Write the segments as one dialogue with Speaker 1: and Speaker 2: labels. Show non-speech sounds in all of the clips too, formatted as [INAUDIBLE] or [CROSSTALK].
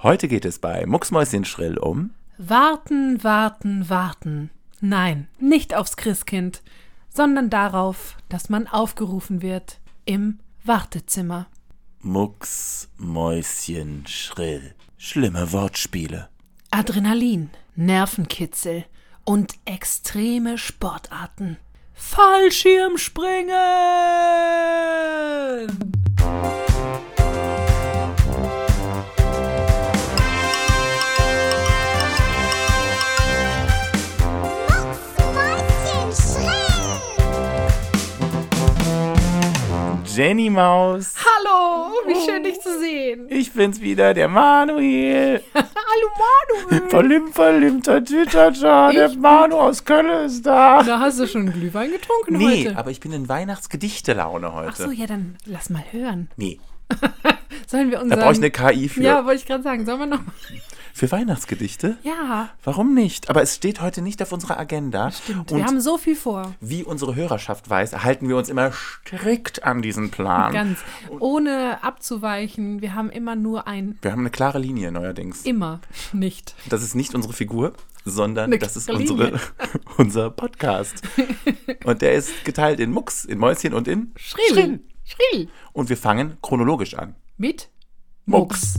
Speaker 1: Heute geht es bei Mucksmäuschen schrill um
Speaker 2: Warten, warten, warten. Nein, nicht aufs Christkind, sondern darauf, dass man aufgerufen wird im Wartezimmer.
Speaker 1: Mucksmäuschen schrill. Schlimme Wortspiele.
Speaker 2: Adrenalin, Nervenkitzel und extreme Sportarten. Fallschirmspringen!
Speaker 1: Jenny Maus.
Speaker 2: Hallo, wie schön dich zu sehen.
Speaker 1: Ich bin's wieder, der Manuel.
Speaker 2: Hallo Manu.
Speaker 1: Verlim, verlimmter Twittercher. Der Manu aus Köln ist da.
Speaker 2: Da hast du schon Glühwein getrunken
Speaker 1: Nee,
Speaker 2: heute.
Speaker 1: aber ich bin in Weihnachtsgedichtelaune heute.
Speaker 2: Ach so, ja, dann lass mal hören.
Speaker 1: Nee,
Speaker 2: Sollen wir unseren...
Speaker 1: da brauche ich eine KI für.
Speaker 2: Ja, wollte ich gerade sagen. Sollen wir noch...
Speaker 1: Für Weihnachtsgedichte?
Speaker 2: Ja,
Speaker 1: Warum nicht? Aber es steht heute nicht auf unserer Agenda.
Speaker 2: stimmt.
Speaker 1: Und
Speaker 2: wir haben so viel vor.
Speaker 1: wie unsere Hörerschaft weiß, halten wir uns immer strikt an diesen Plan.
Speaker 2: Ganz. Ohne abzuweichen. Wir haben immer nur ein...
Speaker 1: wir haben eine klare Linie neuerdings.
Speaker 2: Immer nicht.
Speaker 1: Das ist nicht unsere Figur, sondern
Speaker 2: Eine
Speaker 1: das ist
Speaker 2: klare
Speaker 1: unsere, [LAUGHS]
Speaker 2: Linie.
Speaker 1: unser Podcast. Und der ist geteilt in Mucks, in Mäuschen und in
Speaker 2: Schrill. Schrill.
Speaker 1: Und wir fangen chronologisch an.
Speaker 2: Mit
Speaker 1: Mucks.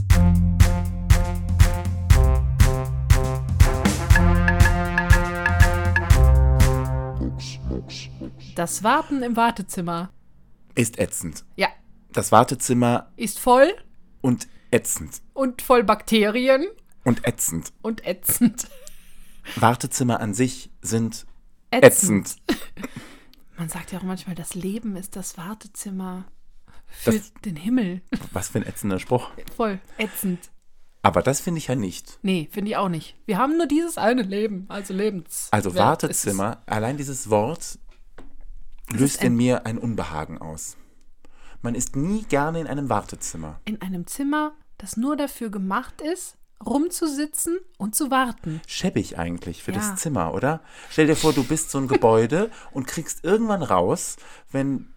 Speaker 2: Das Warten im Wartezimmer.
Speaker 1: Ist ätzend.
Speaker 2: Ja,
Speaker 1: Das Wartezimmer
Speaker 2: ist voll
Speaker 1: und ätzend.
Speaker 2: und voll Bakterien
Speaker 1: Und ätzend.
Speaker 2: und ätzend.
Speaker 1: Wartezimmer an sich sind ätzend.
Speaker 2: Man sagt ja auch manchmal, das Leben ist das Wartezimmer für
Speaker 1: Das-
Speaker 2: den Himmel.
Speaker 1: Was für ein ätzender Spruch.
Speaker 2: Voll ätzend.
Speaker 1: Aber das finde ich ja nicht.
Speaker 2: Nee, finde ich auch nicht. Wir haben nur dieses eine Leben, also Lebens.
Speaker 1: Also
Speaker 2: Ja,
Speaker 1: Wartezimmer, allein dieses Wort löst in mir ein Unbehagen aus. Man ist nie gerne in einem Wartezimmer.
Speaker 2: es ist In einem Zimmer, das nur dafür gemacht ist, rumzusitzen und zu warten.
Speaker 1: Schäbig eigentlich für
Speaker 2: Ja.
Speaker 1: das Zimmer, oder? Stell dir vor, du bist so ein
Speaker 2: [LAUGHS]
Speaker 1: Gebäude und kriegst irgendwann raus, wenn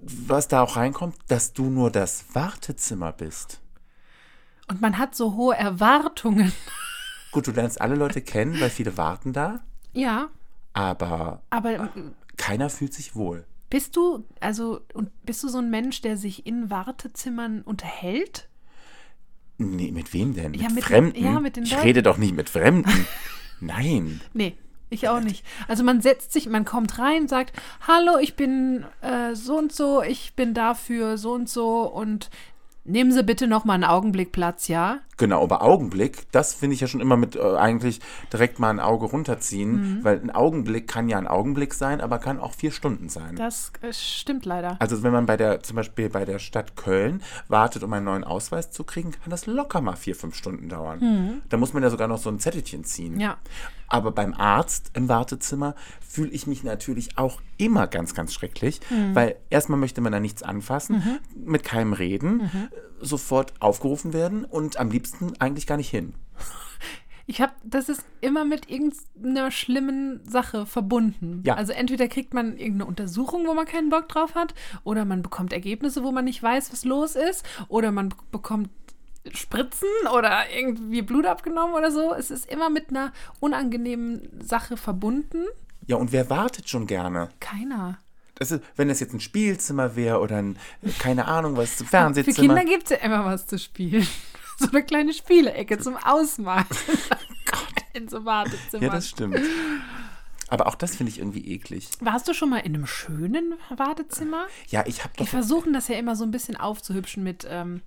Speaker 1: was da auch reinkommt, dass du nur das Wartezimmer bist.
Speaker 2: Und man hat so hohe Erwartungen. [LAUGHS]
Speaker 1: Gut, du lernst alle Leute kennen, weil viele warten da,
Speaker 2: Ja,
Speaker 1: aber
Speaker 2: aber äh,
Speaker 1: keiner fühlt sich wohl.
Speaker 2: bist du, also, und bist du so ein Mensch, der sich in Wartezimmern unterhält?
Speaker 1: Nee, mit wem denn? Mit,
Speaker 2: Ja, mit den-
Speaker 1: Fremden?
Speaker 2: ja, mit den
Speaker 1: ich
Speaker 2: Leuten.
Speaker 1: rede doch nicht mit
Speaker 2: [LAUGHS]
Speaker 1: Fremden. Nein.
Speaker 2: Nee, ich auch nicht. Also man setzt sich, man kommt rein, sagt, hallo, ich bin äh, so und so, ich bin dafür so und so und nehmen Sie bitte noch mal einen Augenblick Platz, ja?
Speaker 1: Genau, aber Augenblick, das finde ich ja schon immer mit äh, eigentlich direkt mal ein Auge runterziehen,
Speaker 2: Mhm.
Speaker 1: weil ein Augenblick kann ja ein Augenblick sein, aber kann auch vier Stunden sein.
Speaker 2: Das äh, stimmt leider.
Speaker 1: also wenn man bei der, zum Beispiel bei der Stadt Köln wartet, um einen neuen Ausweis zu kriegen, kann das locker mal vier, fünf Stunden dauern. Da muss man ja sogar noch so ein Zettelchen ziehen.
Speaker 2: Mhm. Ja.
Speaker 1: Aber beim Arzt im Wartezimmer fühle ich mich natürlich auch immer ganz, ganz schrecklich,
Speaker 2: Mhm.
Speaker 1: weil erstmal möchte man da nichts anfassen, mit keinem reden,
Speaker 2: Mhm.
Speaker 1: sofort aufgerufen werden und am liebsten eigentlich gar nicht hin.
Speaker 2: Ich habe, das ist immer mit irgendeiner schlimmen Sache verbunden.
Speaker 1: Ja.
Speaker 2: Also entweder kriegt man irgendeine Untersuchung, wo man keinen Bock drauf hat, oder man bekommt Ergebnisse, wo man nicht weiß, was los ist, oder man be- bekommt Spritzen oder irgendwie Blut abgenommen oder so. Es ist immer mit einer unangenehmen Sache verbunden.
Speaker 1: Ja, und wer wartet schon gerne?
Speaker 2: Keiner.
Speaker 1: Das ist, wenn das jetzt ein Spielzimmer wäre oder ein, keine Ahnung, was, ein
Speaker 2: Für
Speaker 1: Fernsehzimmer.
Speaker 2: Kinder gibt es ja immer was zu spielen. [LAUGHS] So eine kleine Spielecke
Speaker 1: [LAUGHS]
Speaker 2: zum Ausmalen. In so Wartezimmern.
Speaker 1: Oh ja, das stimmt. Aber auch das finde ich irgendwie eklig.
Speaker 2: Warst du schon mal in einem schönen Wartezimmer?
Speaker 1: Ja, ich habe
Speaker 2: Die
Speaker 1: doch.
Speaker 2: versuchen das ja immer so ein bisschen aufzuhübschen mit, ähm,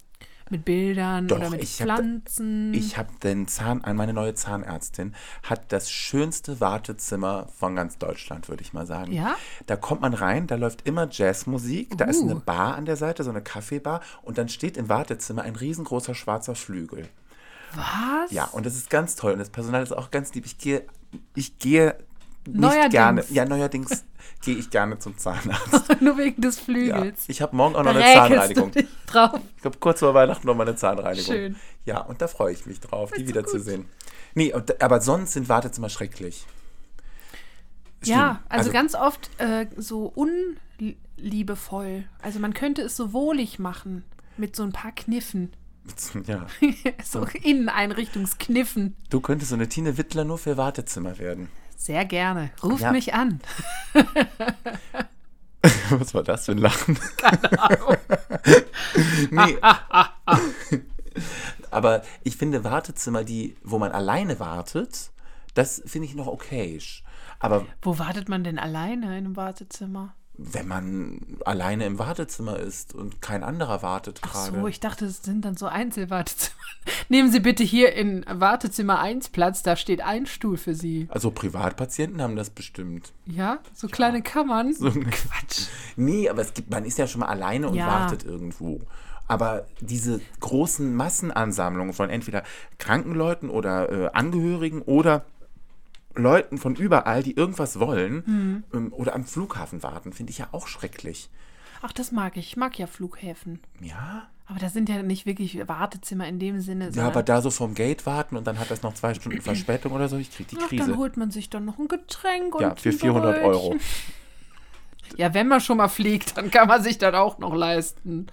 Speaker 2: mit Bildern
Speaker 1: Doch,
Speaker 2: oder mit
Speaker 1: ich hab da-
Speaker 2: Pflanzen.
Speaker 1: Ich habe den Zahn, äh, meine neue Zahnärztin hat das schönste Wartezimmer von ganz Deutschland, würde ich mal sagen.
Speaker 2: Ja?
Speaker 1: Da kommt man rein, da läuft immer Jazzmusik, da ist
Speaker 2: Uh.
Speaker 1: eine Bar an der Seite, so eine Kaffeebar und dann steht im Wartezimmer ein riesengroßer schwarzer Flügel.
Speaker 2: Was?
Speaker 1: Ja, und das ist ganz toll und das Personal ist auch ganz lieb. Ich gehe, ich gehe nicht
Speaker 2: Neuerdings.
Speaker 1: gerne. Ja, neuerdings gehe ich gerne zum
Speaker 2: [LAUGHS]
Speaker 1: Zahnarzt.
Speaker 2: [LAUGHS] Nur wegen des
Speaker 1: Ja.
Speaker 2: Flügels.
Speaker 1: Ich habe morgen auch
Speaker 2: Da
Speaker 1: noch eine
Speaker 2: räkelst
Speaker 1: Zahnreinigung.
Speaker 2: du dich drauf.
Speaker 1: Ich habe kurz vor Weihnachten noch mal eine Zahnreinigung.
Speaker 2: Schön.
Speaker 1: Ja, und da freue ich mich drauf, die
Speaker 2: so
Speaker 1: wiederzusehen. Nee, und, aber sonst sind Wartezimmer schrecklich.
Speaker 2: Ja,
Speaker 1: Schlimm.
Speaker 2: also, ganz oft äh, so unliebevoll. Also man könnte es so wohlig machen mit so ein paar Kniffen. [LAUGHS]
Speaker 1: [LAUGHS] Ja.
Speaker 2: so Inneneinrichtungskniffen.
Speaker 1: Du könntest so eine Tine Wittler nur für Wartezimmer werden. [LAUGHS]
Speaker 2: Sehr gerne. Ruf
Speaker 1: Ja.
Speaker 2: mich an.
Speaker 1: Was war das für ein Lachen? [LAUGHS] nee. Aber ich finde Wartezimmer, die, wo man alleine wartet, das finde ich noch okayisch. Aber
Speaker 2: Wo wartet man denn alleine in einem Wartezimmer?
Speaker 1: wenn man alleine im Wartezimmer ist und kein anderer wartet
Speaker 2: Ach
Speaker 1: gerade.
Speaker 2: so, ich dachte, es sind dann so Einzelwartezimmer. [LAUGHS] Nehmen Sie bitte hier in Wartezimmer 1 Platz, da steht ein Stuhl für Sie.
Speaker 1: also Privatpatienten haben das bestimmt. [LAUGHS]
Speaker 2: Ja, so kleine Kammern.
Speaker 1: Quatsch. Nee, aber es gibt, man ist ja schon mal alleine und
Speaker 2: Ja.
Speaker 1: wartet irgendwo. Aber diese großen Massenansammlungen von entweder kranken Leuten oder äh, Angehörigen oder Leuten von überall, die irgendwas
Speaker 2: Hm.
Speaker 1: wollen ähm, oder am Flughafen warten, finde ich ja auch schrecklich.
Speaker 2: Ach, das mag ich. Ich mag ja Flughäfen.
Speaker 1: Ja?
Speaker 2: Aber das sind ja nicht wirklich Wartezimmer in dem Sinne.
Speaker 1: Ja,
Speaker 2: sondern-
Speaker 1: aber da so vom Gate warten und dann hat das noch zwei
Speaker 2: [CLEARS THROAT]
Speaker 1: Stunden Verspätung oder so, ich krieg die
Speaker 2: Ach,
Speaker 1: Krise.
Speaker 2: dann holt man sich dann noch ein Getränk und
Speaker 1: Ja, für
Speaker 2: ein
Speaker 1: 400 Euro.
Speaker 2: Brötchen. Ja, wenn man schon mal fliegt, dann kann man sich das auch noch leisten.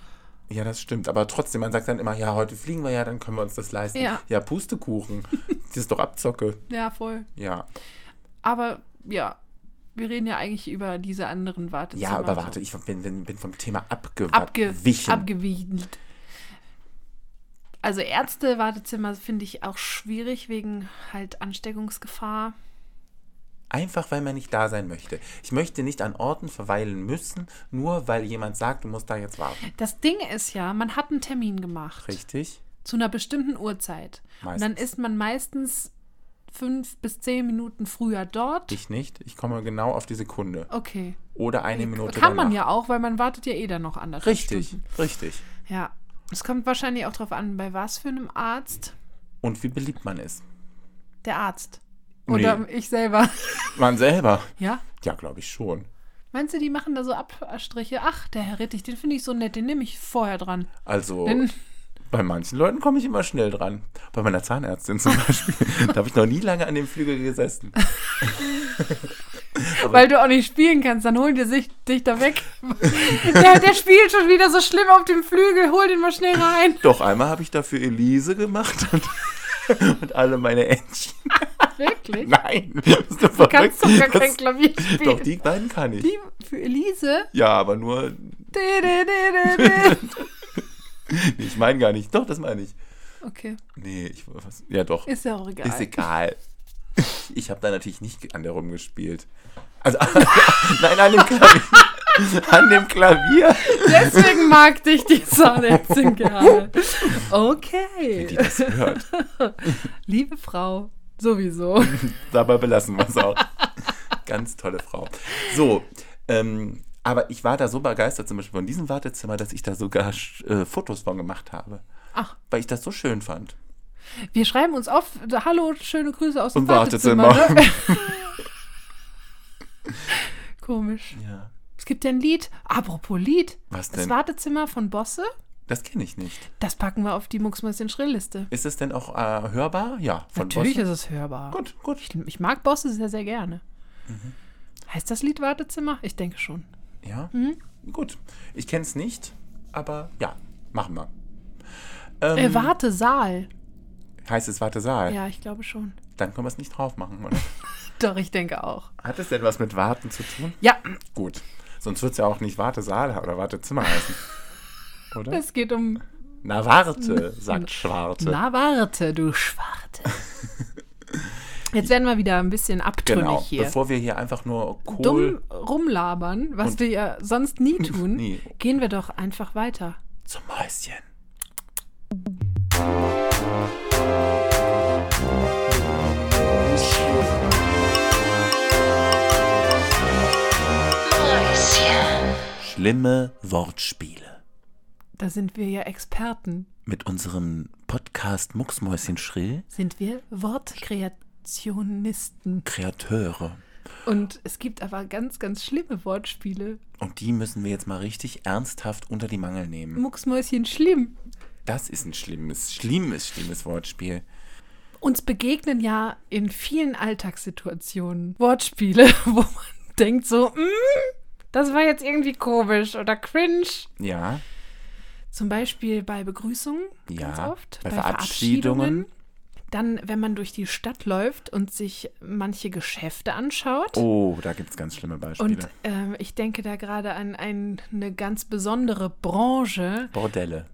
Speaker 1: Ja, das stimmt. Aber trotzdem, man sagt dann immer, ja, heute fliegen wir ja, dann können wir uns das leisten.
Speaker 2: Ja.
Speaker 1: ja
Speaker 2: [LAUGHS]
Speaker 1: Pustekuchen. das ist doch Abzocke.
Speaker 2: Ja, voll.
Speaker 1: Ja.
Speaker 2: Aber ja, wir reden ja eigentlich über diese anderen Wartezimmer.
Speaker 1: Ja, aber warte, ich bin, bin, bin vom Thema abgewichen.
Speaker 2: abgewichen. Abgewichen. Also Ärzte-Wartezimmer finde ich auch schwierig wegen halt Ansteckungsgefahr.
Speaker 1: Einfach, weil man nicht da sein möchte. Ich möchte nicht an Orten verweilen müssen, nur weil jemand sagt, du musst da jetzt warten.
Speaker 2: Das Ding ist ja, man hat einen Termin gemacht.
Speaker 1: Richtig?
Speaker 2: Zu einer bestimmten Uhrzeit. Und dann
Speaker 1: Meistens.
Speaker 2: ist man meistens fünf bis zehn Minuten früher dort.
Speaker 1: Ich nicht. Ich komme genau auf die Sekunde.
Speaker 2: okay.
Speaker 1: Oder eine Minute
Speaker 2: Kann man
Speaker 1: danach.
Speaker 2: ja auch, weil man wartet ja eh dann noch anderthalb
Speaker 1: Richtig,
Speaker 2: Stunden.
Speaker 1: richtig.
Speaker 2: Ja. Es kommt wahrscheinlich auch drauf an, bei was für einem Arzt.
Speaker 1: Und wie beliebt man ist.
Speaker 2: Der Arzt.
Speaker 1: Nee.
Speaker 2: Oder ich selber.
Speaker 1: Man selber.
Speaker 2: Ja.
Speaker 1: Ja, glaube ich schon.
Speaker 2: Meinst du, die machen da so Abstriche? Ach, der Herr Rittich, den finde ich so nett, den nehme ich vorher dran.
Speaker 1: Also,
Speaker 2: Den-
Speaker 1: bei manchen Leuten komme ich immer schnell dran. Bei meiner Zahnärztin zum [LAUGHS] Beispiel. da habe ich noch nie lange an dem Flügel gesessen.
Speaker 2: Weil du auch nicht spielen kannst, dann holen die sich, dich
Speaker 1: [LAUGHS]
Speaker 2: da weg. der, der spielt schon wieder so schlimm auf dem Flügel, hol den mal schnell rein.
Speaker 1: Doch, einmal habe ich dafür Elise gemacht und, [LAUGHS] und alle meine Entchen.
Speaker 2: Wirklich?
Speaker 1: Nein, [LAUGHS] bist du verrückt?
Speaker 2: Kannst doch gar kein
Speaker 1: Das-
Speaker 2: Klavier
Speaker 1: Doch,
Speaker 2: spielen.
Speaker 1: die beiden kann ich.
Speaker 2: Die für Elise.
Speaker 1: Ja, aber nur,
Speaker 2: Dä, dä, dä,
Speaker 1: [LAUGHS]
Speaker 2: dä, dä.
Speaker 1: ich meine gar nicht. Doch, das meine ich.
Speaker 2: Okay,
Speaker 1: Nee, ich, was, ja doch,
Speaker 2: ist ja auch egal.
Speaker 1: ist egal. [LAUGHS] Ich habe da natürlich nicht an der rumgespielt. Also, [LAUGHS] nein, an dem Klavier. [LAUGHS] An dem Klavier.
Speaker 2: Deswegen mag dich die Zahnärztin
Speaker 1: [LAUGHS] Wenn
Speaker 2: gerne.
Speaker 1: die
Speaker 2: Okay,
Speaker 1: das hört.
Speaker 2: liebe Frau,
Speaker 1: [LAUGHS]
Speaker 2: sowieso.
Speaker 1: Dabei belassen wir es
Speaker 2: [LAUGHS]
Speaker 1: auch. Ganz tolle Frau. So, ähm, aber ich war da so begeistert, zum Beispiel von diesem Wartezimmer, dass ich da sogar äh, Fotos von gemacht habe.
Speaker 2: Ach.
Speaker 1: Weil ich das so schön fand.
Speaker 2: Wir schreiben uns oft, hallo, schöne Grüße aus dem
Speaker 1: Und
Speaker 2: Wartezimmer.
Speaker 1: Wartezimmer.
Speaker 2: Ne?
Speaker 1: [LAUGHS]
Speaker 2: Komisch.
Speaker 1: Ja.
Speaker 2: Es gibt ja ein Lied. Apropos Lied.
Speaker 1: Was
Speaker 2: Das
Speaker 1: denn?
Speaker 2: Wartezimmer von Bosse,
Speaker 1: Das kenne ich nicht.
Speaker 2: das packen wir auf die Mucksmäuschen Schrillliste.
Speaker 1: Ist es denn auch äh, hörbar? Ja, von
Speaker 2: Natürlich
Speaker 1: Bossen.
Speaker 2: ist es hörbar.
Speaker 1: Gut, Mhm. gut.
Speaker 2: Ich, ich mag Bosse sehr, sehr gerne. Heißt das Lied Wartezimmer? Ich denke schon.
Speaker 1: Ja.
Speaker 2: Mhm.
Speaker 1: Gut. Ich kenne es nicht, aber ja, machen wir. Ähm,
Speaker 2: Äh, Wartesaal.
Speaker 1: heißt es Wartesaal?
Speaker 2: Ja, ich glaube schon.
Speaker 1: Dann können wir es nicht drauf machen,
Speaker 2: [LAUGHS]
Speaker 1: oder?
Speaker 2: Doch, ich denke auch.
Speaker 1: Hat es denn was mit Warten zu tun?
Speaker 2: Ja,
Speaker 1: Gut. Sonst wird es ja auch nicht Wartesaal oder Wartezimmer heißen. [LAUGHS] Oder?
Speaker 2: es geht um.
Speaker 1: Na, warte, sagt Schwarte.
Speaker 2: Na, warte,
Speaker 1: [LAUGHS]
Speaker 2: du Schwarte. Jetzt werden wir wieder ein bisschen abtrünnig
Speaker 1: genau.
Speaker 2: hier.
Speaker 1: Bevor wir hier einfach nur Kohl.
Speaker 2: Dumm rumlabern, was
Speaker 1: Und-
Speaker 2: wir ja
Speaker 1: [LAUGHS]
Speaker 2: sonst nie tun,
Speaker 1: Nie.
Speaker 2: gehen wir doch einfach weiter.
Speaker 1: zum Häuschen. Schlimme Wortspiele.
Speaker 2: Da sind wir ja Experten.
Speaker 1: Mit unserem Podcast Mucksmäuschen Schrill,
Speaker 2: Sind wir Wortkreationisten.
Speaker 1: Kreateure.
Speaker 2: Und es gibt aber ganz, ganz schlimme Wortspiele.
Speaker 1: Und die müssen wir jetzt mal richtig ernsthaft unter die Mangel nehmen.
Speaker 2: Mucksmäuschen schlimm.
Speaker 1: Das ist ein schlimmes, schlimmes, schlimmes Wortspiel.
Speaker 2: Uns begegnen ja in vielen Alltagssituationen Wortspiele, [LAUGHS] wo man denkt so, "Mm, das war jetzt irgendwie komisch oder cringe.
Speaker 1: Ja,
Speaker 2: Zum Beispiel bei Begrüßungen ganz
Speaker 1: Ja,
Speaker 2: oft,
Speaker 1: bei Verabschiedungen.
Speaker 2: Dann, wenn man durch die Stadt läuft und sich manche Geschäfte anschaut.
Speaker 1: Oh, da gibt es ganz schlimme Beispiele.
Speaker 2: Und ähm, ich denke da gerade an ein, eine ganz besondere Branche,
Speaker 1: Bordelle.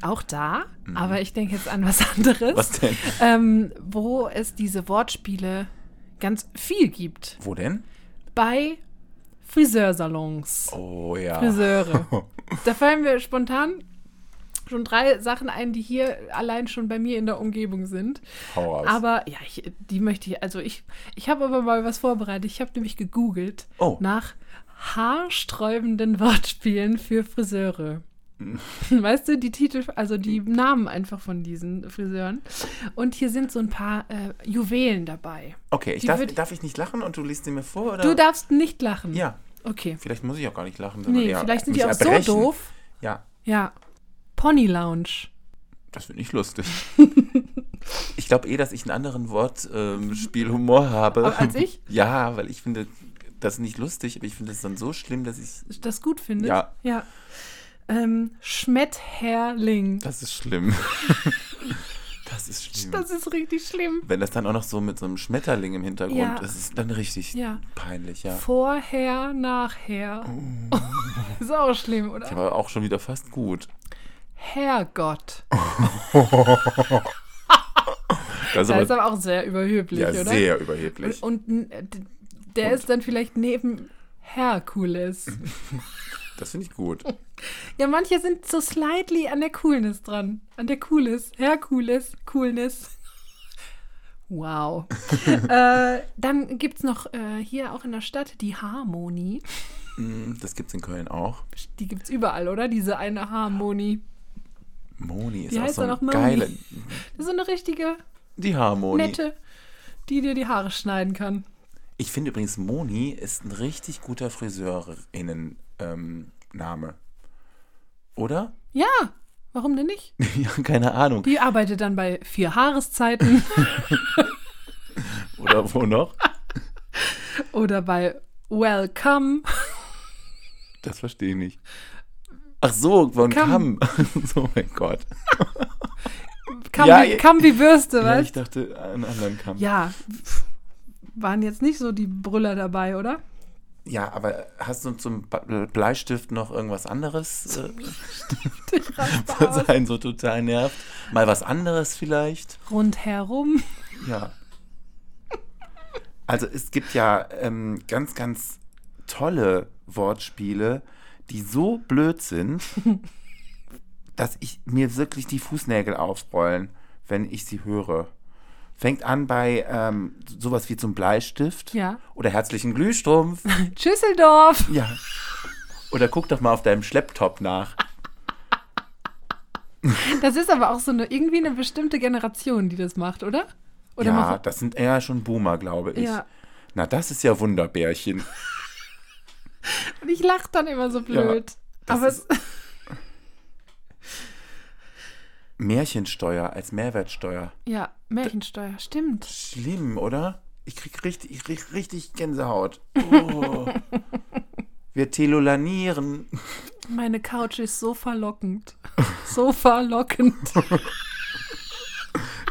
Speaker 2: auch da, aber ich denke jetzt an was anderes,
Speaker 1: Mhm. Was denn?
Speaker 2: Ähm, wo es diese Wortspiele ganz viel gibt.
Speaker 1: Wo denn?
Speaker 2: Bei Friseursalons.
Speaker 1: Oh ja.
Speaker 2: Friseure.
Speaker 1: [LAUGHS]
Speaker 2: Da fallen mir spontan schon drei Sachen ein, die hier allein schon bei mir in der Umgebung sind.
Speaker 1: Hau raus.
Speaker 2: Aber ja, ich, die möchte ich, also ich, ich habe aber mal was vorbereitet. Ich habe nämlich gegoogelt
Speaker 1: Oh.
Speaker 2: nach haarsträubenden Wortspielen
Speaker 1: [LAUGHS]
Speaker 2: für Friseure. Weißt du, die Titel, also die Namen einfach von diesen Friseuren. Und hier sind so ein paar äh, Juwelen dabei.
Speaker 1: okay, ich
Speaker 2: die
Speaker 1: darf,
Speaker 2: würd-
Speaker 1: darf ich nicht lachen und du liest sie mir vor? Oder?
Speaker 2: Du darfst nicht lachen.
Speaker 1: ja,
Speaker 2: Okay.
Speaker 1: vielleicht muss ich auch gar nicht lachen. sondern
Speaker 2: Nee,
Speaker 1: eher
Speaker 2: vielleicht sind
Speaker 1: mich
Speaker 2: die auch
Speaker 1: erbrechen.
Speaker 2: so doof.
Speaker 1: Ja,
Speaker 2: Ja. Pony Lounge.
Speaker 1: das finde ich
Speaker 2: [LAUGHS]
Speaker 1: lustig. ich glaube eh, dass ich einen anderen Wortspielhumor habe.
Speaker 2: Aber als ich?
Speaker 1: [LAUGHS] Ja, weil ich finde das nicht lustig, aber ich finde es dann so schlimm, dass ich.
Speaker 2: Das gut findet.
Speaker 1: Ja.
Speaker 2: ja. Ähm, Schmettherling.
Speaker 1: Das ist
Speaker 2: [LAUGHS]
Speaker 1: schlimm. das ist schlimm.
Speaker 2: Das ist richtig schlimm.
Speaker 1: Wenn das dann auch noch so mit so einem Schmetterling im Hintergrund
Speaker 2: Ja.
Speaker 1: ist, ist dann richtig
Speaker 2: Ja.
Speaker 1: peinlich, ja.
Speaker 2: Vorher, nachher.
Speaker 1: Mhm.
Speaker 2: [LAUGHS] ist auch schlimm, oder?
Speaker 1: Aber auch schon wieder fast gut.
Speaker 2: Herrgott.
Speaker 1: Also Das
Speaker 2: Da
Speaker 1: aber,
Speaker 2: ist aber auch sehr überheblich,
Speaker 1: Also, ja,
Speaker 2: oder?
Speaker 1: sehr überheblich.
Speaker 2: Und n- äh, d- der ist dann vielleicht neben Herkules.
Speaker 1: Mhm. Das finde ich gut.
Speaker 2: Ja, manche sind so slightly an der Coolness dran. An der Coolness. Herkules. Coolness.
Speaker 1: [LAUGHS]
Speaker 2: Wow. äh, dann gibt es noch äh, hier auch in der Stadt die Harmonie.
Speaker 1: Mm, Das gibt es in Köln auch.
Speaker 2: Die gibt es überall, oder? Diese eine Harmonie.
Speaker 1: Moni ist
Speaker 2: Die
Speaker 1: auch
Speaker 2: heißt
Speaker 1: so
Speaker 2: dann
Speaker 1: eine
Speaker 2: auch Moni.
Speaker 1: geile.
Speaker 2: Das ist so eine richtige,
Speaker 1: Die Harmonie.
Speaker 2: nette, die dir die Haare schneiden kann.
Speaker 1: Ich finde übrigens, Moni ist ein richtig guter Friseurinnen-Name. Oder? [LAUGHS]
Speaker 2: Ja, warum denn nicht?
Speaker 1: ja, keine Ahnung.
Speaker 2: Die arbeitet dann bei vier Haareszeiten
Speaker 1: [LAUGHS] Oder wo noch?
Speaker 2: oder bei Welcome.
Speaker 1: Das verstehe ich nicht. Ach so, von
Speaker 2: Kamm.
Speaker 1: Kamm. [LAUGHS] so, mein Gott.
Speaker 2: Kamm,
Speaker 1: Ja,
Speaker 2: wie,
Speaker 1: ja.
Speaker 2: Kamm wie Bürste,
Speaker 1: Ja,
Speaker 2: weißt
Speaker 1: ich dachte an einen anderen Kamm.
Speaker 2: Ja, pf, waren jetzt nicht so die Brüller dabei, oder?
Speaker 1: Ja, aber hast du zum Ba- Bleistift noch irgendwas anderes, äh, [LAUGHS] was einen so total nervt? Mal was anderes vielleicht? [LAUGHS]
Speaker 2: Rundherum.
Speaker 1: Ja. Also es gibt ja ähm, ganz, ganz tolle Wortspiele, die so blöd
Speaker 2: [LAUGHS]
Speaker 1: sind, dass ich mir wirklich die Fußnägel aufrollen, wenn ich sie höre. Fängt an bei ähm, sowas wie zum Bleistift
Speaker 2: Ja.
Speaker 1: oder herzlichen Glühstrumpf.
Speaker 2: [LAUGHS] Schüsseldorf.
Speaker 1: Ja. Oder guck doch mal auf deinem Schlepptop nach.
Speaker 2: Das ist aber auch so eine, irgendwie eine bestimmte Generation, die das macht, oder? Oder
Speaker 1: ja,
Speaker 2: machen-
Speaker 1: das sind eher schon Boomer, glaube ich.
Speaker 2: Ja.
Speaker 1: Na, das ist ja Wunderbärchen.
Speaker 2: Und ich lache dann immer so blöd.
Speaker 1: das
Speaker 2: aber es,
Speaker 1: [LAUGHS] Märchensteuer als Mehrwertsteuer.
Speaker 2: ja, Märchensteuer, stimmt.
Speaker 1: Schlimm, oder? Ich krieg richtig, ich krieg richtig Gänsehaut. [LAUGHS] Oh. Wir telolanieren.
Speaker 2: Meine Couch ist so
Speaker 1: [LAUGHS]
Speaker 2: verlockend. So verlockend.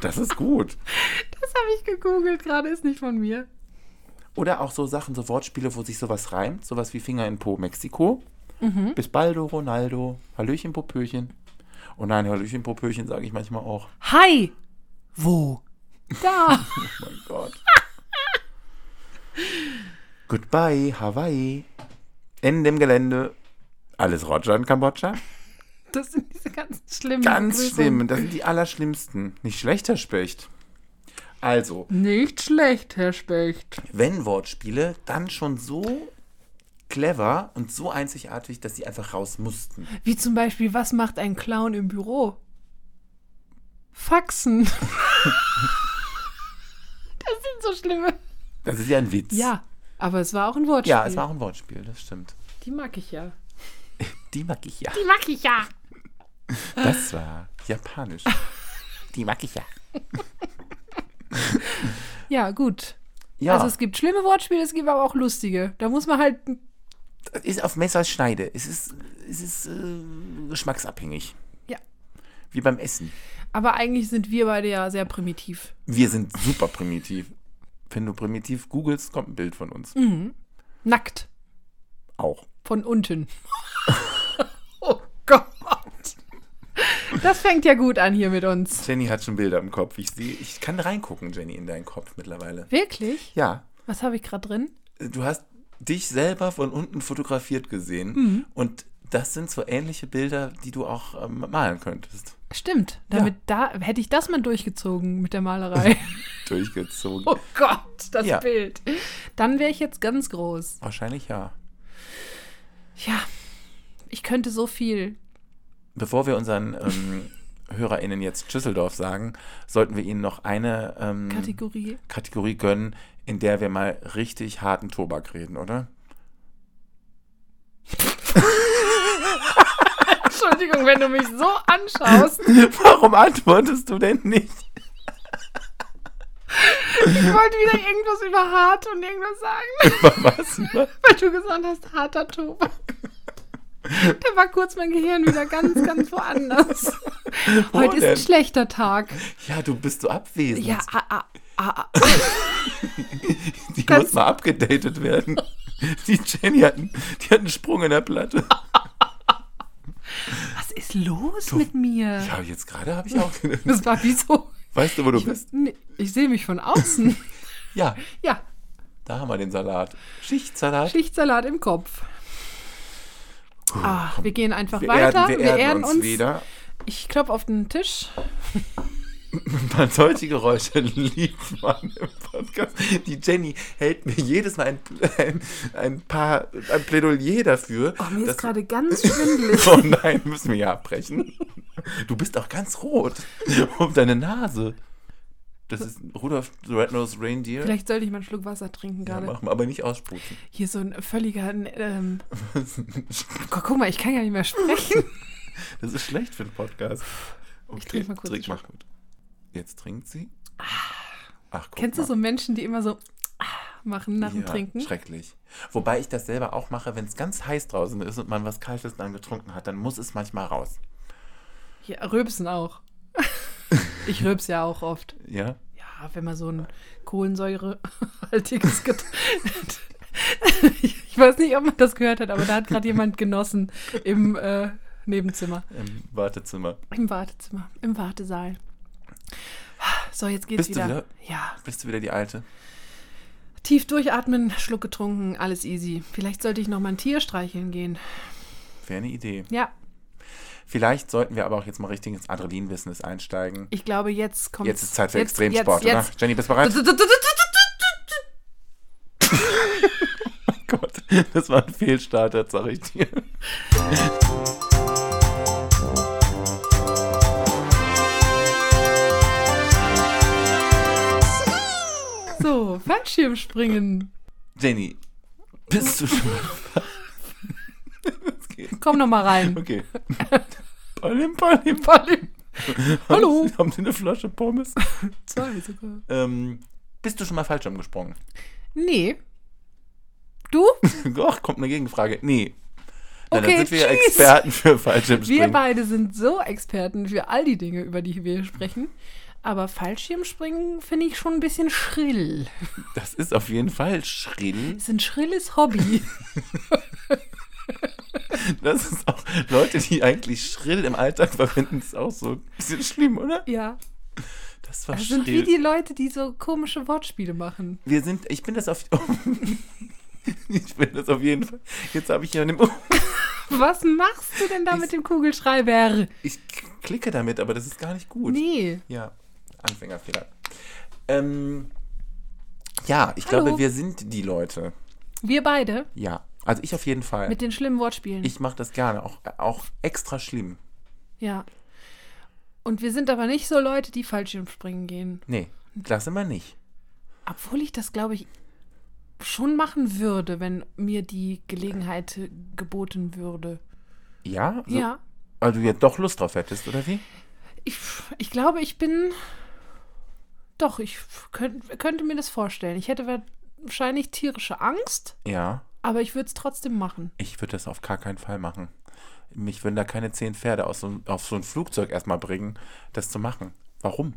Speaker 1: Das ist gut.
Speaker 2: Das habe ich gegoogelt, gerade ist nicht von mir.
Speaker 1: Oder auch so Sachen, so Wortspiele, wo sich sowas reimt. Sowas wie Finger in Po, Mexiko. Bis baldo, Ronaldo. Hallöchen, Popöchen. Oh nein, Hallöchen, Popöchen sage ich manchmal auch.
Speaker 2: Hi! Wo? [LAUGHS] Da!
Speaker 1: Oh mein Gott. [LAUGHS] Goodbye, Hawaii. Ende im Gelände. Alles Roger in Kambodscha.
Speaker 2: Das sind diese ganz schlimmen.
Speaker 1: Ganz
Speaker 2: Begrüßungen.
Speaker 1: schlimm. Das sind die allerschlimmsten. Nicht schlechter Specht. Also,
Speaker 2: Nicht schlecht, Herr Specht.
Speaker 1: wenn Wortspiele, dann schon so clever und so einzigartig, dass sie einfach raus mussten.
Speaker 2: Wie zum Beispiel, was macht ein Clown im Büro? [LAUGHS] Faxen. das sind so schlimme.
Speaker 1: Das ist ja ein Witz.
Speaker 2: Ja, aber es war auch ein Wortspiel.
Speaker 1: Ja, es war auch ein Wortspiel, das stimmt.
Speaker 2: Die mag ich ja.
Speaker 1: Die mag ich ja.
Speaker 2: Die mag ich ja.
Speaker 1: Das war
Speaker 2: [LAUGHS]
Speaker 1: japanisch. Die mag ich ja.
Speaker 2: Ja, gut.
Speaker 1: Ja,
Speaker 2: Also es gibt schlimme Wortspiele, es gibt aber auch lustige. Da muss man halt
Speaker 1: ist auf Messerschneide. Es ist, es es ist äh, geschmacksabhängig.
Speaker 2: Ja.
Speaker 1: Wie beim Essen.
Speaker 2: Aber eigentlich sind wir beide ja sehr primitiv.
Speaker 1: Wir sind super primitiv. Wenn du primitiv googelst, kommt ein Bild von uns.
Speaker 2: Mhm. Nackt.
Speaker 1: Auch.
Speaker 2: Von unten. [LAUGHS] oh Gott. Das fängt ja gut an hier mit uns.
Speaker 1: Jenny hat schon Bilder im Kopf. Ich sehe, ich kann reingucken, Jenny, in deinen Kopf mittlerweile.
Speaker 2: Wirklich?
Speaker 1: Ja,
Speaker 2: Was habe ich gerade drin?
Speaker 1: du hast dich selber von unten fotografiert gesehen
Speaker 2: Mhm.
Speaker 1: und das sind so ähnliche Bilder, die du auch ähm, malen könntest.
Speaker 2: Stimmt. Damit da hätte ich das mal durchgezogen mit der Malerei.
Speaker 1: Durchgezogen.
Speaker 2: oh Gott, das
Speaker 1: Ja.
Speaker 2: Bild. Dann wäre ich jetzt ganz groß.
Speaker 1: Wahrscheinlich ja.
Speaker 2: Ja. Ich könnte so viel.
Speaker 1: Bevor wir unseren ähm, HörerInnen jetzt Schüsseldorf sagen, sollten wir ihnen noch eine ähm,
Speaker 2: Kategorie.
Speaker 1: Kategorie gönnen, in der wir mal richtig harten Tobak reden, oder?
Speaker 2: Entschuldigung, wenn du mich so anschaust.
Speaker 1: [LAUGHS] Warum antwortest du denn nicht?
Speaker 2: Ich wollte wieder irgendwas über hart und irgendwas sagen,
Speaker 1: Über [LAUGHS] was? Über
Speaker 2: weil du gesagt hast, harter Tobak. Da war kurz mein Gehirn wieder ganz, ganz [LAUGHS] woanders. Heute ist
Speaker 1: denn?
Speaker 2: ein schlechter Tag.
Speaker 1: Ja, du bist so abwesend.
Speaker 2: Ja, ah, ah, ah, ah.
Speaker 1: die muss
Speaker 2: kannst-
Speaker 1: mal abgedatet [LAUGHS] werden. Die Jenny hat, einen- die hat einen Sprung in der Platte.
Speaker 2: was ist los mit mir?
Speaker 1: Ja, jetzt gerade habe ich [LAUGHS] auch gedacht.
Speaker 2: Das war wie so.
Speaker 1: Weißt du, wo du bist?
Speaker 2: Nee, ich sehe mich von außen.
Speaker 1: Ja,
Speaker 2: Ja,
Speaker 1: da haben wir den Salat. Schichtsalat.
Speaker 2: Schichtsalat im Kopf. Ah, wir gehen einfach
Speaker 1: Wir
Speaker 2: weiter.
Speaker 1: erden, wir erden uns, wieder.
Speaker 2: Ich klopfe auf den Tisch.
Speaker 1: Man, solche Geräusche liebt man im Podcast. Die Jenny hält mir jedes Mal ein, ein, ein paar ein Plädoyer dafür.
Speaker 2: Oh, mir
Speaker 1: dass-
Speaker 2: ist gerade ganz schwindelig.
Speaker 1: Oh nein, müssen wir ja abbrechen. Du bist auch ganz rot um deine Nase. Das ist Rudolf the Red-Nosed Reindeer.
Speaker 2: Vielleicht sollte ich mal einen Schluck Wasser trinken
Speaker 1: ja,
Speaker 2: gerade.
Speaker 1: machen wir, aber nicht ausspucken.
Speaker 2: Hier so ein völliger. Ähm, guck, guck mal, ich kann ja nicht
Speaker 1: [LAUGHS]
Speaker 2: mehr sprechen.
Speaker 1: Das ist schlecht für den Podcast. Okay,
Speaker 2: trink mal kurz
Speaker 1: Trink
Speaker 2: einen
Speaker 1: mal gut. Jetzt trinkt sie. Ach, guck
Speaker 2: Kennst du
Speaker 1: mal.
Speaker 2: so Menschen, die immer so machen nach dem
Speaker 1: Ja,
Speaker 2: Trinken?
Speaker 1: Schrecklich. Wobei ich das selber auch mache, wenn es ganz heiß draußen ist und man was Kaltes dann getrunken hat, dann muss es manchmal raus.
Speaker 2: Ja,
Speaker 1: [LAUGHS]
Speaker 2: rülpsen auch. Ich rülps ja auch oft.
Speaker 1: Ja?
Speaker 2: Ja, wenn man so ein kohlensäurehaltiges Getränk. [LAUGHS] ich weiß nicht, ob man das gehört hat, aber da hat gerade jemand genossen im äh, Nebenzimmer,
Speaker 1: Im Wartezimmer.
Speaker 2: im Wartezimmer, im Wartesaal. So, jetzt geht's
Speaker 1: Bist du
Speaker 2: wieder. Ja,
Speaker 1: Bist du wieder die Alte?
Speaker 2: tief durchatmen, Schluck getrunken, alles easy. Vielleicht sollte ich noch mal ein Tier streicheln gehen.
Speaker 1: Wäre eine ne Idee.
Speaker 2: Ja,
Speaker 1: Vielleicht sollten wir aber auch jetzt mal richtig ins Adrenalin-Business einsteigen.
Speaker 2: ich glaube, jetzt kommt
Speaker 1: Jetzt ist Zeit für Extremsport, oder? Jenny, bist du
Speaker 2: [LAUGHS]
Speaker 1: bereit? [LAUGHS] Gott, das war ein Fehlstarter, sag ich dir.
Speaker 2: So, Fallschirmspringen.
Speaker 1: Jenny, bist du schon [LAUGHS] Das geht.
Speaker 2: Komm noch mal rein.
Speaker 1: Okay. Palim, Palim.
Speaker 2: [LAUGHS] Hallo.
Speaker 1: Haben Sie eine Flasche Pommes?
Speaker 2: Zwei sogar.
Speaker 1: Ähm, bist du schon mal Fallschirm gesprungen?
Speaker 2: Nee. Du?
Speaker 1: [LAUGHS] Ach, kommt eine Gegenfrage. Nee. Na,
Speaker 2: Okay,
Speaker 1: dann sind wir ja
Speaker 2: tschüss.
Speaker 1: Experten für Fallschirmspringen.
Speaker 2: Wir beide sind so Experten für all die Dinge, über die wir sprechen. Aber Fallschirmspringen finde ich schon ein bisschen schrill.
Speaker 1: das ist auf jeden Fall schrill.
Speaker 2: Ist ein
Speaker 1: [LAUGHS]
Speaker 2: schrilles Hobby.
Speaker 1: Das ist auch, Leute, die eigentlich schrill im Alltag verwenden, ist auch so ein bisschen schlimm, oder?
Speaker 2: ja.
Speaker 1: Das war
Speaker 2: Das
Speaker 1: schrill.
Speaker 2: sind wie die Leute, die so komische Wortspiele machen.
Speaker 1: wir sind, ich bin das auf, [LAUGHS] oh. ich bin das auf jeden Fall, jetzt habe ich hier oh. einen,
Speaker 2: Was machst du denn da mit dem Kugelschreiber?
Speaker 1: ich klicke damit, aber das ist gar nicht gut.
Speaker 2: Nee.
Speaker 1: Ja, Anfängerfehler. Ähm, ja, ich
Speaker 2: Hallo.
Speaker 1: glaube, wir sind die Leute.
Speaker 2: Wir beide
Speaker 1: Ja, also ich auf jeden Fall.
Speaker 2: mit den schlimmen Wortspielen.
Speaker 1: ich mache das gerne, auch, auch extra schlimm.
Speaker 2: ja. Und wir sind aber nicht so Leute, die Fallschirmspringen gehen.
Speaker 1: Nee, das immer nicht.
Speaker 2: Obwohl ich das, glaube ich, schon machen würde, wenn mir die Gelegenheit geboten würde.
Speaker 1: Ja? So,
Speaker 2: Ja.
Speaker 1: Weil du jetzt doch Lust drauf hättest, oder wie?
Speaker 2: Ich, ich glaube, ich bin. Doch, ich könnt, könnte mir das vorstellen. Ich hätte wahrscheinlich tierische Angst,
Speaker 1: Ja,
Speaker 2: aber ich würde es trotzdem machen.
Speaker 1: ich würde das auf gar keinen Fall machen. Mich würden da keine zehn Pferde aus so, einem- auf so ein Flugzeug erstmal bringen, das zu machen. Warum?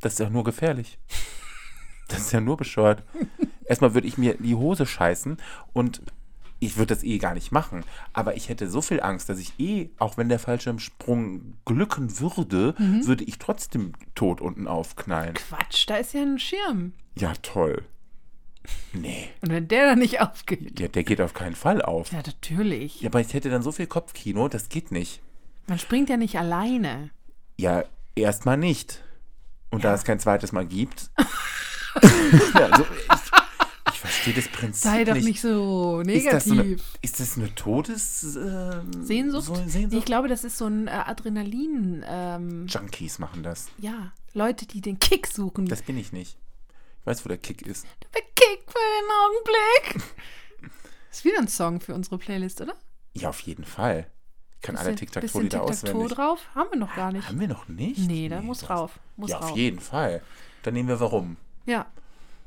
Speaker 1: Das ist ja nur gefährlich. Das ist ja nur bescheuert. Erstmal würde ich mir die Hose scheißen und ich würde das eh gar nicht machen. Aber ich hätte so viel Angst, dass ich eh, auch wenn der Fallschirmsprung glücken würde, würde ich trotzdem tot unten aufknallen.
Speaker 2: Quatsch, da ist ja ein Schirm.
Speaker 1: Ja, toll. Nee,
Speaker 2: Und wenn der dann nicht aufgeht.
Speaker 1: ja, der geht auf keinen Fall auf.
Speaker 2: Ja, natürlich.
Speaker 1: Ja, aber ich hätte dann so viel Kopfkino, das geht nicht.
Speaker 2: Man springt ja nicht alleine.
Speaker 1: Ja, erstmal nicht. Und da es kein zweites Mal
Speaker 2: [LAUGHS]
Speaker 1: gibt. ja, also ich ich verstehe das Prinzip
Speaker 2: Sei doch
Speaker 1: nicht.
Speaker 2: nicht, so negativ.
Speaker 1: Ist das, so eine, ist das eine Todes... ähm,
Speaker 2: Sehnsucht?
Speaker 1: So eine Sehnsucht?
Speaker 2: Ich glaube, das ist so ein äh, Adrenalin. Ähm,
Speaker 1: Junkies machen das.
Speaker 2: ja, Leute, die den Kick suchen.
Speaker 1: Das bin ich nicht. Ich weiß, wo der Kick ist.
Speaker 2: der Kick für den Augenblick. ist wieder ein Song für unsere Playlist, oder?
Speaker 1: Ja, auf jeden Fall. Ich kann alle
Speaker 2: Bisschen-
Speaker 1: Tic-Tac-Toe
Speaker 2: bisschen Tic-Tac-Toe
Speaker 1: auswendig.
Speaker 2: drauf? Haben wir noch gar nicht.
Speaker 1: Haben wir noch nicht?
Speaker 2: Nee, da muss
Speaker 1: das-
Speaker 2: rauf. Muss
Speaker 1: ja,
Speaker 2: rauf.
Speaker 1: auf jeden Fall. Dann nehmen wir warum.
Speaker 2: Ja,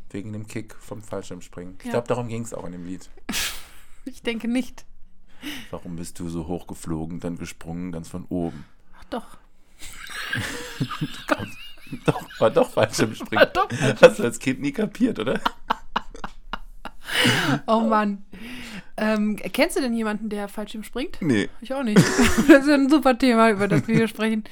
Speaker 1: Wegen dem Kick vom Fallschirmspringen. Ich
Speaker 2: Ja.
Speaker 1: glaube, darum ging es auch in dem Lied.
Speaker 2: ich denke nicht.
Speaker 1: Warum bist du so hochgeflogen, dann gesprungen, ganz von oben?
Speaker 2: Ach doch.
Speaker 1: Doch, war doch Fallschirmspringen.
Speaker 2: War doch
Speaker 1: Hast du als Kind nie kapiert, oder? [LAUGHS]
Speaker 2: Oh Mann. Ähm, kennst du denn jemanden, der Fallschirm springt?
Speaker 1: Nee.
Speaker 2: Ich auch nicht. [LAUGHS] Das ist ein super Thema, über das wir hier sprechen.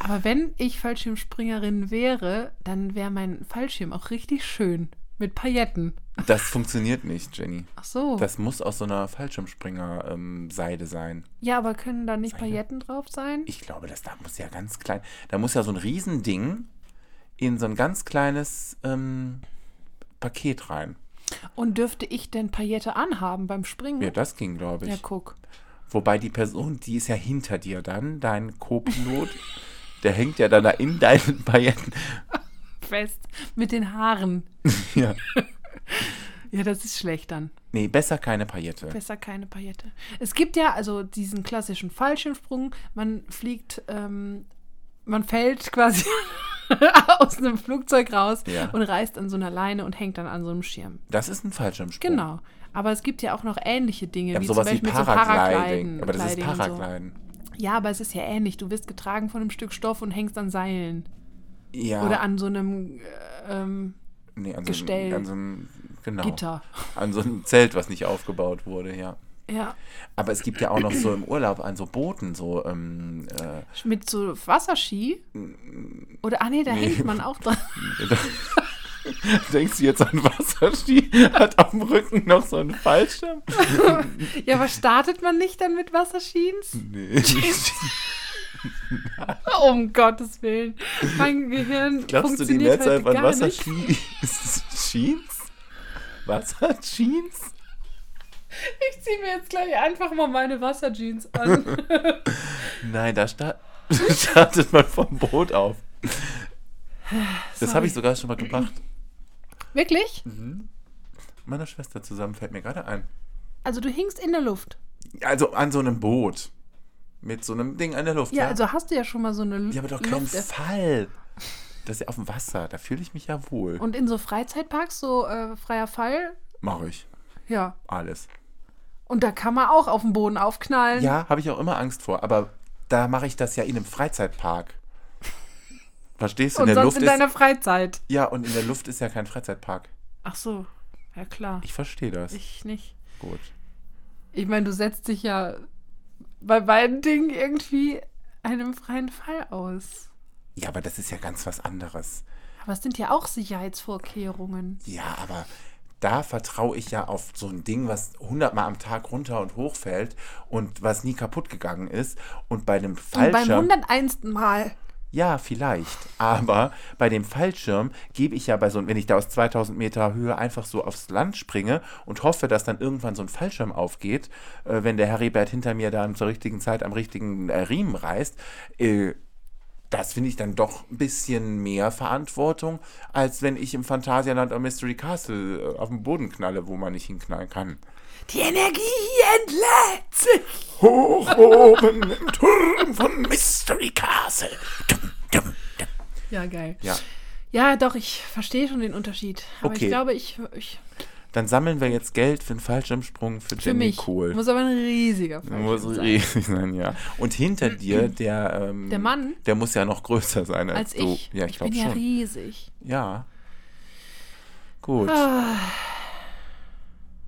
Speaker 2: Aber wenn ich Fallschirmspringerin wäre, dann wäre mein Fallschirm auch richtig schön. Mit Pailletten.
Speaker 1: Das funktioniert nicht, Jenny.
Speaker 2: Ach so.
Speaker 1: Das muss aus so einer Fallschirmspringer-Seide sein.
Speaker 2: ja, aber können da nicht
Speaker 1: Seine-
Speaker 2: Pailletten drauf sein?
Speaker 1: Ich glaube, das da muss ja ganz klein. Da muss ja so ein Riesending in so ein ganz kleines ähm, Paket rein.
Speaker 2: Und dürfte ich denn Paillette anhaben beim Springen?
Speaker 1: Ja, das ging, glaube ich.
Speaker 2: ja guck.
Speaker 1: Wobei die Person, die ist ja hinter dir dann, dein Co-Pilot, der hängt ja dann da in deinen Pailletten.
Speaker 2: Fest. Mit den Haaren.
Speaker 1: ja.
Speaker 2: Ja, das ist schlecht dann.
Speaker 1: Nee, besser keine Paillette.
Speaker 2: Besser keine Paillette. Es gibt ja also diesen klassischen Fallschirmsprung. Man fliegt, ähm, man fällt quasi [LAUGHS] aus einem Flugzeug raus
Speaker 1: Ja.
Speaker 2: und reißt an so einer Leine und hängt dann an so einem Schirm.
Speaker 1: Das ist ein Fallschirmsprung.
Speaker 2: Genau. Aber es gibt ja auch noch ähnliche Dinge,
Speaker 1: Ja,
Speaker 2: wie zum
Speaker 1: sowas wie
Speaker 2: Beispiel so
Speaker 1: Paragliding.
Speaker 2: Paragliden.
Speaker 1: aber das ist
Speaker 2: Gliding und
Speaker 1: Paragliden.
Speaker 2: So. Ja, aber es ist ja ähnlich. Du wirst getragen von einem Stück Stoff und hängst an Seilen.
Speaker 1: Ja.
Speaker 2: Oder an so einem äh, ähm,
Speaker 1: nee, an
Speaker 2: Gestell.
Speaker 1: So, einem- an so einem, genau.
Speaker 2: Gitter.
Speaker 1: An so einem Zelt, was nicht aufgebaut wurde, ja.
Speaker 2: Ja.
Speaker 1: Aber es gibt ja auch noch so im Urlaub an so Booten, so, ähm, äh, [LAUGHS]
Speaker 2: Mit so Wasserski. Oder, ah nee, da
Speaker 1: Mm, Nee.
Speaker 2: hängt man auch dran.
Speaker 1: denkst du jetzt an Wasserski, hat auf dem Rücken noch so einen Fallschirm?
Speaker 2: Ja, aber startet man nicht dann mit Wasserskis? [LAUGHS]
Speaker 1: Nee.
Speaker 2: Um Gottes Willen. Mein
Speaker 1: Glaubst
Speaker 2: Gehirn
Speaker 1: du, die
Speaker 2: funktioniert
Speaker 1: Mehrzahl
Speaker 2: heute
Speaker 1: von
Speaker 2: gar nicht.
Speaker 1: Wasserski ist Jeans? Wasserjeans?
Speaker 2: Ich ziehe mir jetzt gleich einfach mal meine Wasserjeans an.
Speaker 1: Nein, da sta- [LAUGHS] startet man vom Boot
Speaker 2: [SIGHS]
Speaker 1: auf. Das
Speaker 2: Sorry.
Speaker 1: habe ich sogar schon mal gemacht.
Speaker 2: [LAUGHS] Wirklich?
Speaker 1: Mit Meiner Schwester zusammen fällt mir gerade ein.
Speaker 2: Also du hingst in der Luft.
Speaker 1: Also an so einem Boot. Mit so einem Ding an der Luft.
Speaker 2: Ja, also hast du ja schon mal so eine Lu-
Speaker 1: ja aber doch keinen
Speaker 2: Luft-
Speaker 1: Fall. Das ist ja auf dem Wasser. Da fühle ich mich ja wohl.
Speaker 2: Und in so Freizeitparks, so äh, freier Fall,
Speaker 1: Mache ich.
Speaker 2: ja.
Speaker 1: Alles.
Speaker 2: Und da kann man auch auf den Boden aufknallen.
Speaker 1: Ja, habe ich auch immer Angst vor. Aber da mache ich das ja in einem Freizeitpark. Verstehst du?
Speaker 2: und
Speaker 1: in der
Speaker 2: sonst
Speaker 1: Luft
Speaker 2: in
Speaker 1: ist
Speaker 2: deiner Freizeit.
Speaker 1: Ja, und in der Luft ist ja kein Freizeitpark.
Speaker 2: Ach so, ja klar.
Speaker 1: Ich verstehe das.
Speaker 2: Ich nicht.
Speaker 1: Gut.
Speaker 2: Ich meine, du setzt dich ja bei beiden Dingen irgendwie einem freien Fall aus.
Speaker 1: Ja, aber das ist ja ganz was anderes.
Speaker 2: Aber es sind ja auch Sicherheitsvorkehrungen.
Speaker 1: Ja, aber da vertraue ich ja auf so ein Ding, was hundertmal am Tag runter und hoch fällt und was nie kaputt gegangen ist. Und bei dem
Speaker 2: Und beim
Speaker 1: Fallschirm.
Speaker 2: 101. Mal.
Speaker 1: ja, vielleicht. Aber bei dem Fallschirm gebe ich ja bei so einem, wenn ich da aus 2000 Meter Höhe einfach so aufs Land springe und hoffe, dass dann irgendwann so ein Fallschirm aufgeht, äh, wenn der Heribert hinter mir dann zur richtigen Zeit am richtigen äh, Riemen reißt. Äh, das finde ich dann doch ein bisschen mehr Verantwortung, als wenn ich im Phantasialand am Mystery Castle äh, auf den Boden knalle, wo man nicht hinknallen kann.
Speaker 2: Die Energie entlädt sich.
Speaker 1: Hoch oben im Turm von Mystery Castle. Dum, dum, dum.
Speaker 2: Ja, geil.
Speaker 1: Ja,
Speaker 2: Ja, doch, ich verstehe schon den Unterschied. Aber
Speaker 1: Okay.
Speaker 2: ich glaube, ich, ich
Speaker 1: dann sammeln wir jetzt Geld für einen Fallschirmsprung für
Speaker 2: Für
Speaker 1: Jenny
Speaker 2: mich.
Speaker 1: Kohl.
Speaker 2: Muss aber ein riesiger Fallschirm
Speaker 1: Muss
Speaker 2: sein.
Speaker 1: riesig [LAUGHS] sein, ja. Und
Speaker 2: [CLEARS THROAT]
Speaker 1: hinter dir, der, ähm,
Speaker 2: Der Mann?
Speaker 1: der muss ja noch größer sein als,
Speaker 2: Als
Speaker 1: du.
Speaker 2: ich.
Speaker 1: Ja, ich,
Speaker 2: ich
Speaker 1: glaube
Speaker 2: bin ja
Speaker 1: schon.
Speaker 2: riesig.
Speaker 1: ja. Gut.
Speaker 2: Ah.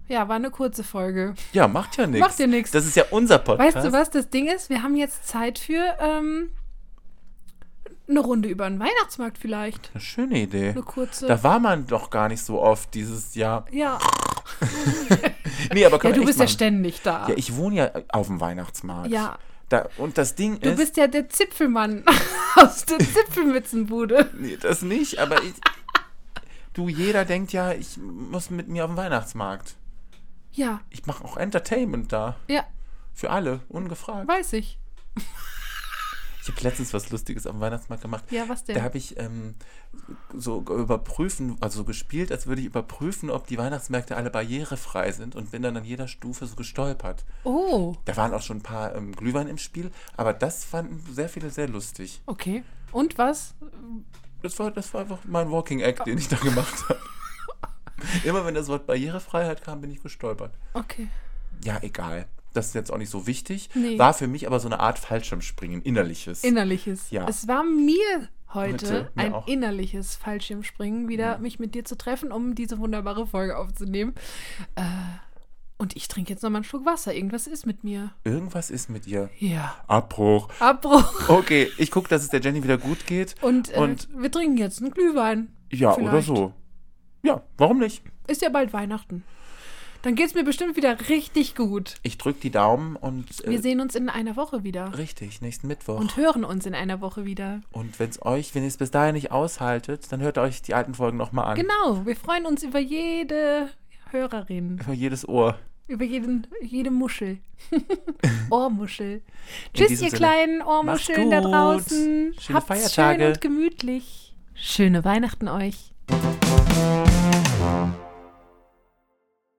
Speaker 2: Ja, war eine kurze Folge.
Speaker 1: Ja, macht ja nichts.
Speaker 2: Macht ja nix.
Speaker 1: Das ist ja unser Podcast.
Speaker 2: Weißt du, was das Ding ist? Wir haben jetzt Zeit für ähm, eine Runde über den Weihnachtsmarkt vielleicht.
Speaker 1: Eine schöne Idee.
Speaker 2: Eine kurze.
Speaker 1: Da war man doch gar nicht so oft dieses Jahr.
Speaker 2: ja.
Speaker 1: Nee, aber
Speaker 2: ja,
Speaker 1: können
Speaker 2: du
Speaker 1: wir echt
Speaker 2: bist ja
Speaker 1: machen.
Speaker 2: ständig da.
Speaker 1: Ja, ich wohne ja auf dem Weihnachtsmarkt.
Speaker 2: Ja.
Speaker 1: Da, und das Ding
Speaker 2: du
Speaker 1: ist.
Speaker 2: bist ja der Zipfelmann [LAUGHS] aus
Speaker 1: [LAUGHS]
Speaker 2: der Zipfelmützenbude.
Speaker 1: nee, das nicht, aber ich. Du, jeder denkt ja, ich muss mit mir auf den Weihnachtsmarkt.
Speaker 2: Ja,
Speaker 1: Ich mache auch Entertainment da.
Speaker 2: ja,
Speaker 1: Für alle, ungefragt.
Speaker 2: weiß ich.
Speaker 1: Ich habe letztens was Lustiges am Weihnachtsmarkt gemacht.
Speaker 2: Ja, was denn?
Speaker 1: Da habe ich ähm, so g- überprüfen, also so gespielt, als würde ich überprüfen, ob die Weihnachtsmärkte alle barrierefrei sind und bin dann an jeder Stufe so gestolpert.
Speaker 2: Oh,
Speaker 1: Da waren auch schon ein paar ähm, Glühwein im Spiel, aber das fanden sehr viele sehr lustig.
Speaker 2: okay. Und was?
Speaker 1: Das war, das war einfach mein Walking Act, den ich da gemacht
Speaker 2: [LAUGHS]
Speaker 1: habe. Immer wenn das Wort Barrierefreiheit kam, bin ich gestolpert.
Speaker 2: Okay.
Speaker 1: Ja, egal. Das ist jetzt auch nicht so wichtig.
Speaker 2: Nee.
Speaker 1: War für mich aber so eine Art Fallschirmspringen, innerliches.
Speaker 2: Innerliches.
Speaker 1: Ja.
Speaker 2: Es war mir heute
Speaker 1: Heute, mir
Speaker 2: ein
Speaker 1: auch.
Speaker 2: innerliches Fallschirmspringen, wieder mich mit dir zu treffen, um diese wunderbare Folge aufzunehmen. Äh, und ich trinke jetzt nochmal einen Schluck Wasser. Irgendwas ist mit mir.
Speaker 1: Irgendwas ist mit ihr.
Speaker 2: Ja.
Speaker 1: Abbruch.
Speaker 2: Abbruch.
Speaker 1: Okay, ich gucke, dass es der Jenny wieder gut geht.
Speaker 2: Und, äh,
Speaker 1: Und-
Speaker 2: wir trinken jetzt einen Glühwein.
Speaker 1: Ja, oder
Speaker 2: Vielleicht.
Speaker 1: so. Ja, warum nicht?
Speaker 2: Ist ja bald Weihnachten. Dann geht's mir bestimmt wieder richtig gut.
Speaker 1: Ich drücke die Daumen und
Speaker 2: Wir
Speaker 1: äh, Oh.
Speaker 2: sehen uns in einer Woche wieder.
Speaker 1: richtig, nächsten Mittwoch.
Speaker 2: Und
Speaker 1: Und,
Speaker 2: hören uns in einer Woche wieder.
Speaker 1: wenn es euch, wenn ihr es bis dahin nicht aushaltet, dann hört euch die alten Folgen nochmal an.
Speaker 2: Genau, wir freuen uns über jede Hörerin,
Speaker 1: Über jedes Ohr.
Speaker 2: über jeden, jede Muschel. [LAUGHS] Ohrmuschel. Tschüss,
Speaker 1: diesem
Speaker 2: ihr
Speaker 1: Sinne,
Speaker 2: kleinen
Speaker 1: macht's
Speaker 2: Ohrmuscheln da
Speaker 1: gut.
Speaker 2: draußen.
Speaker 1: Schöne
Speaker 2: Habt's schön
Speaker 1: Feiertage.
Speaker 2: und gemütlich. Schöne Weihnachten euch.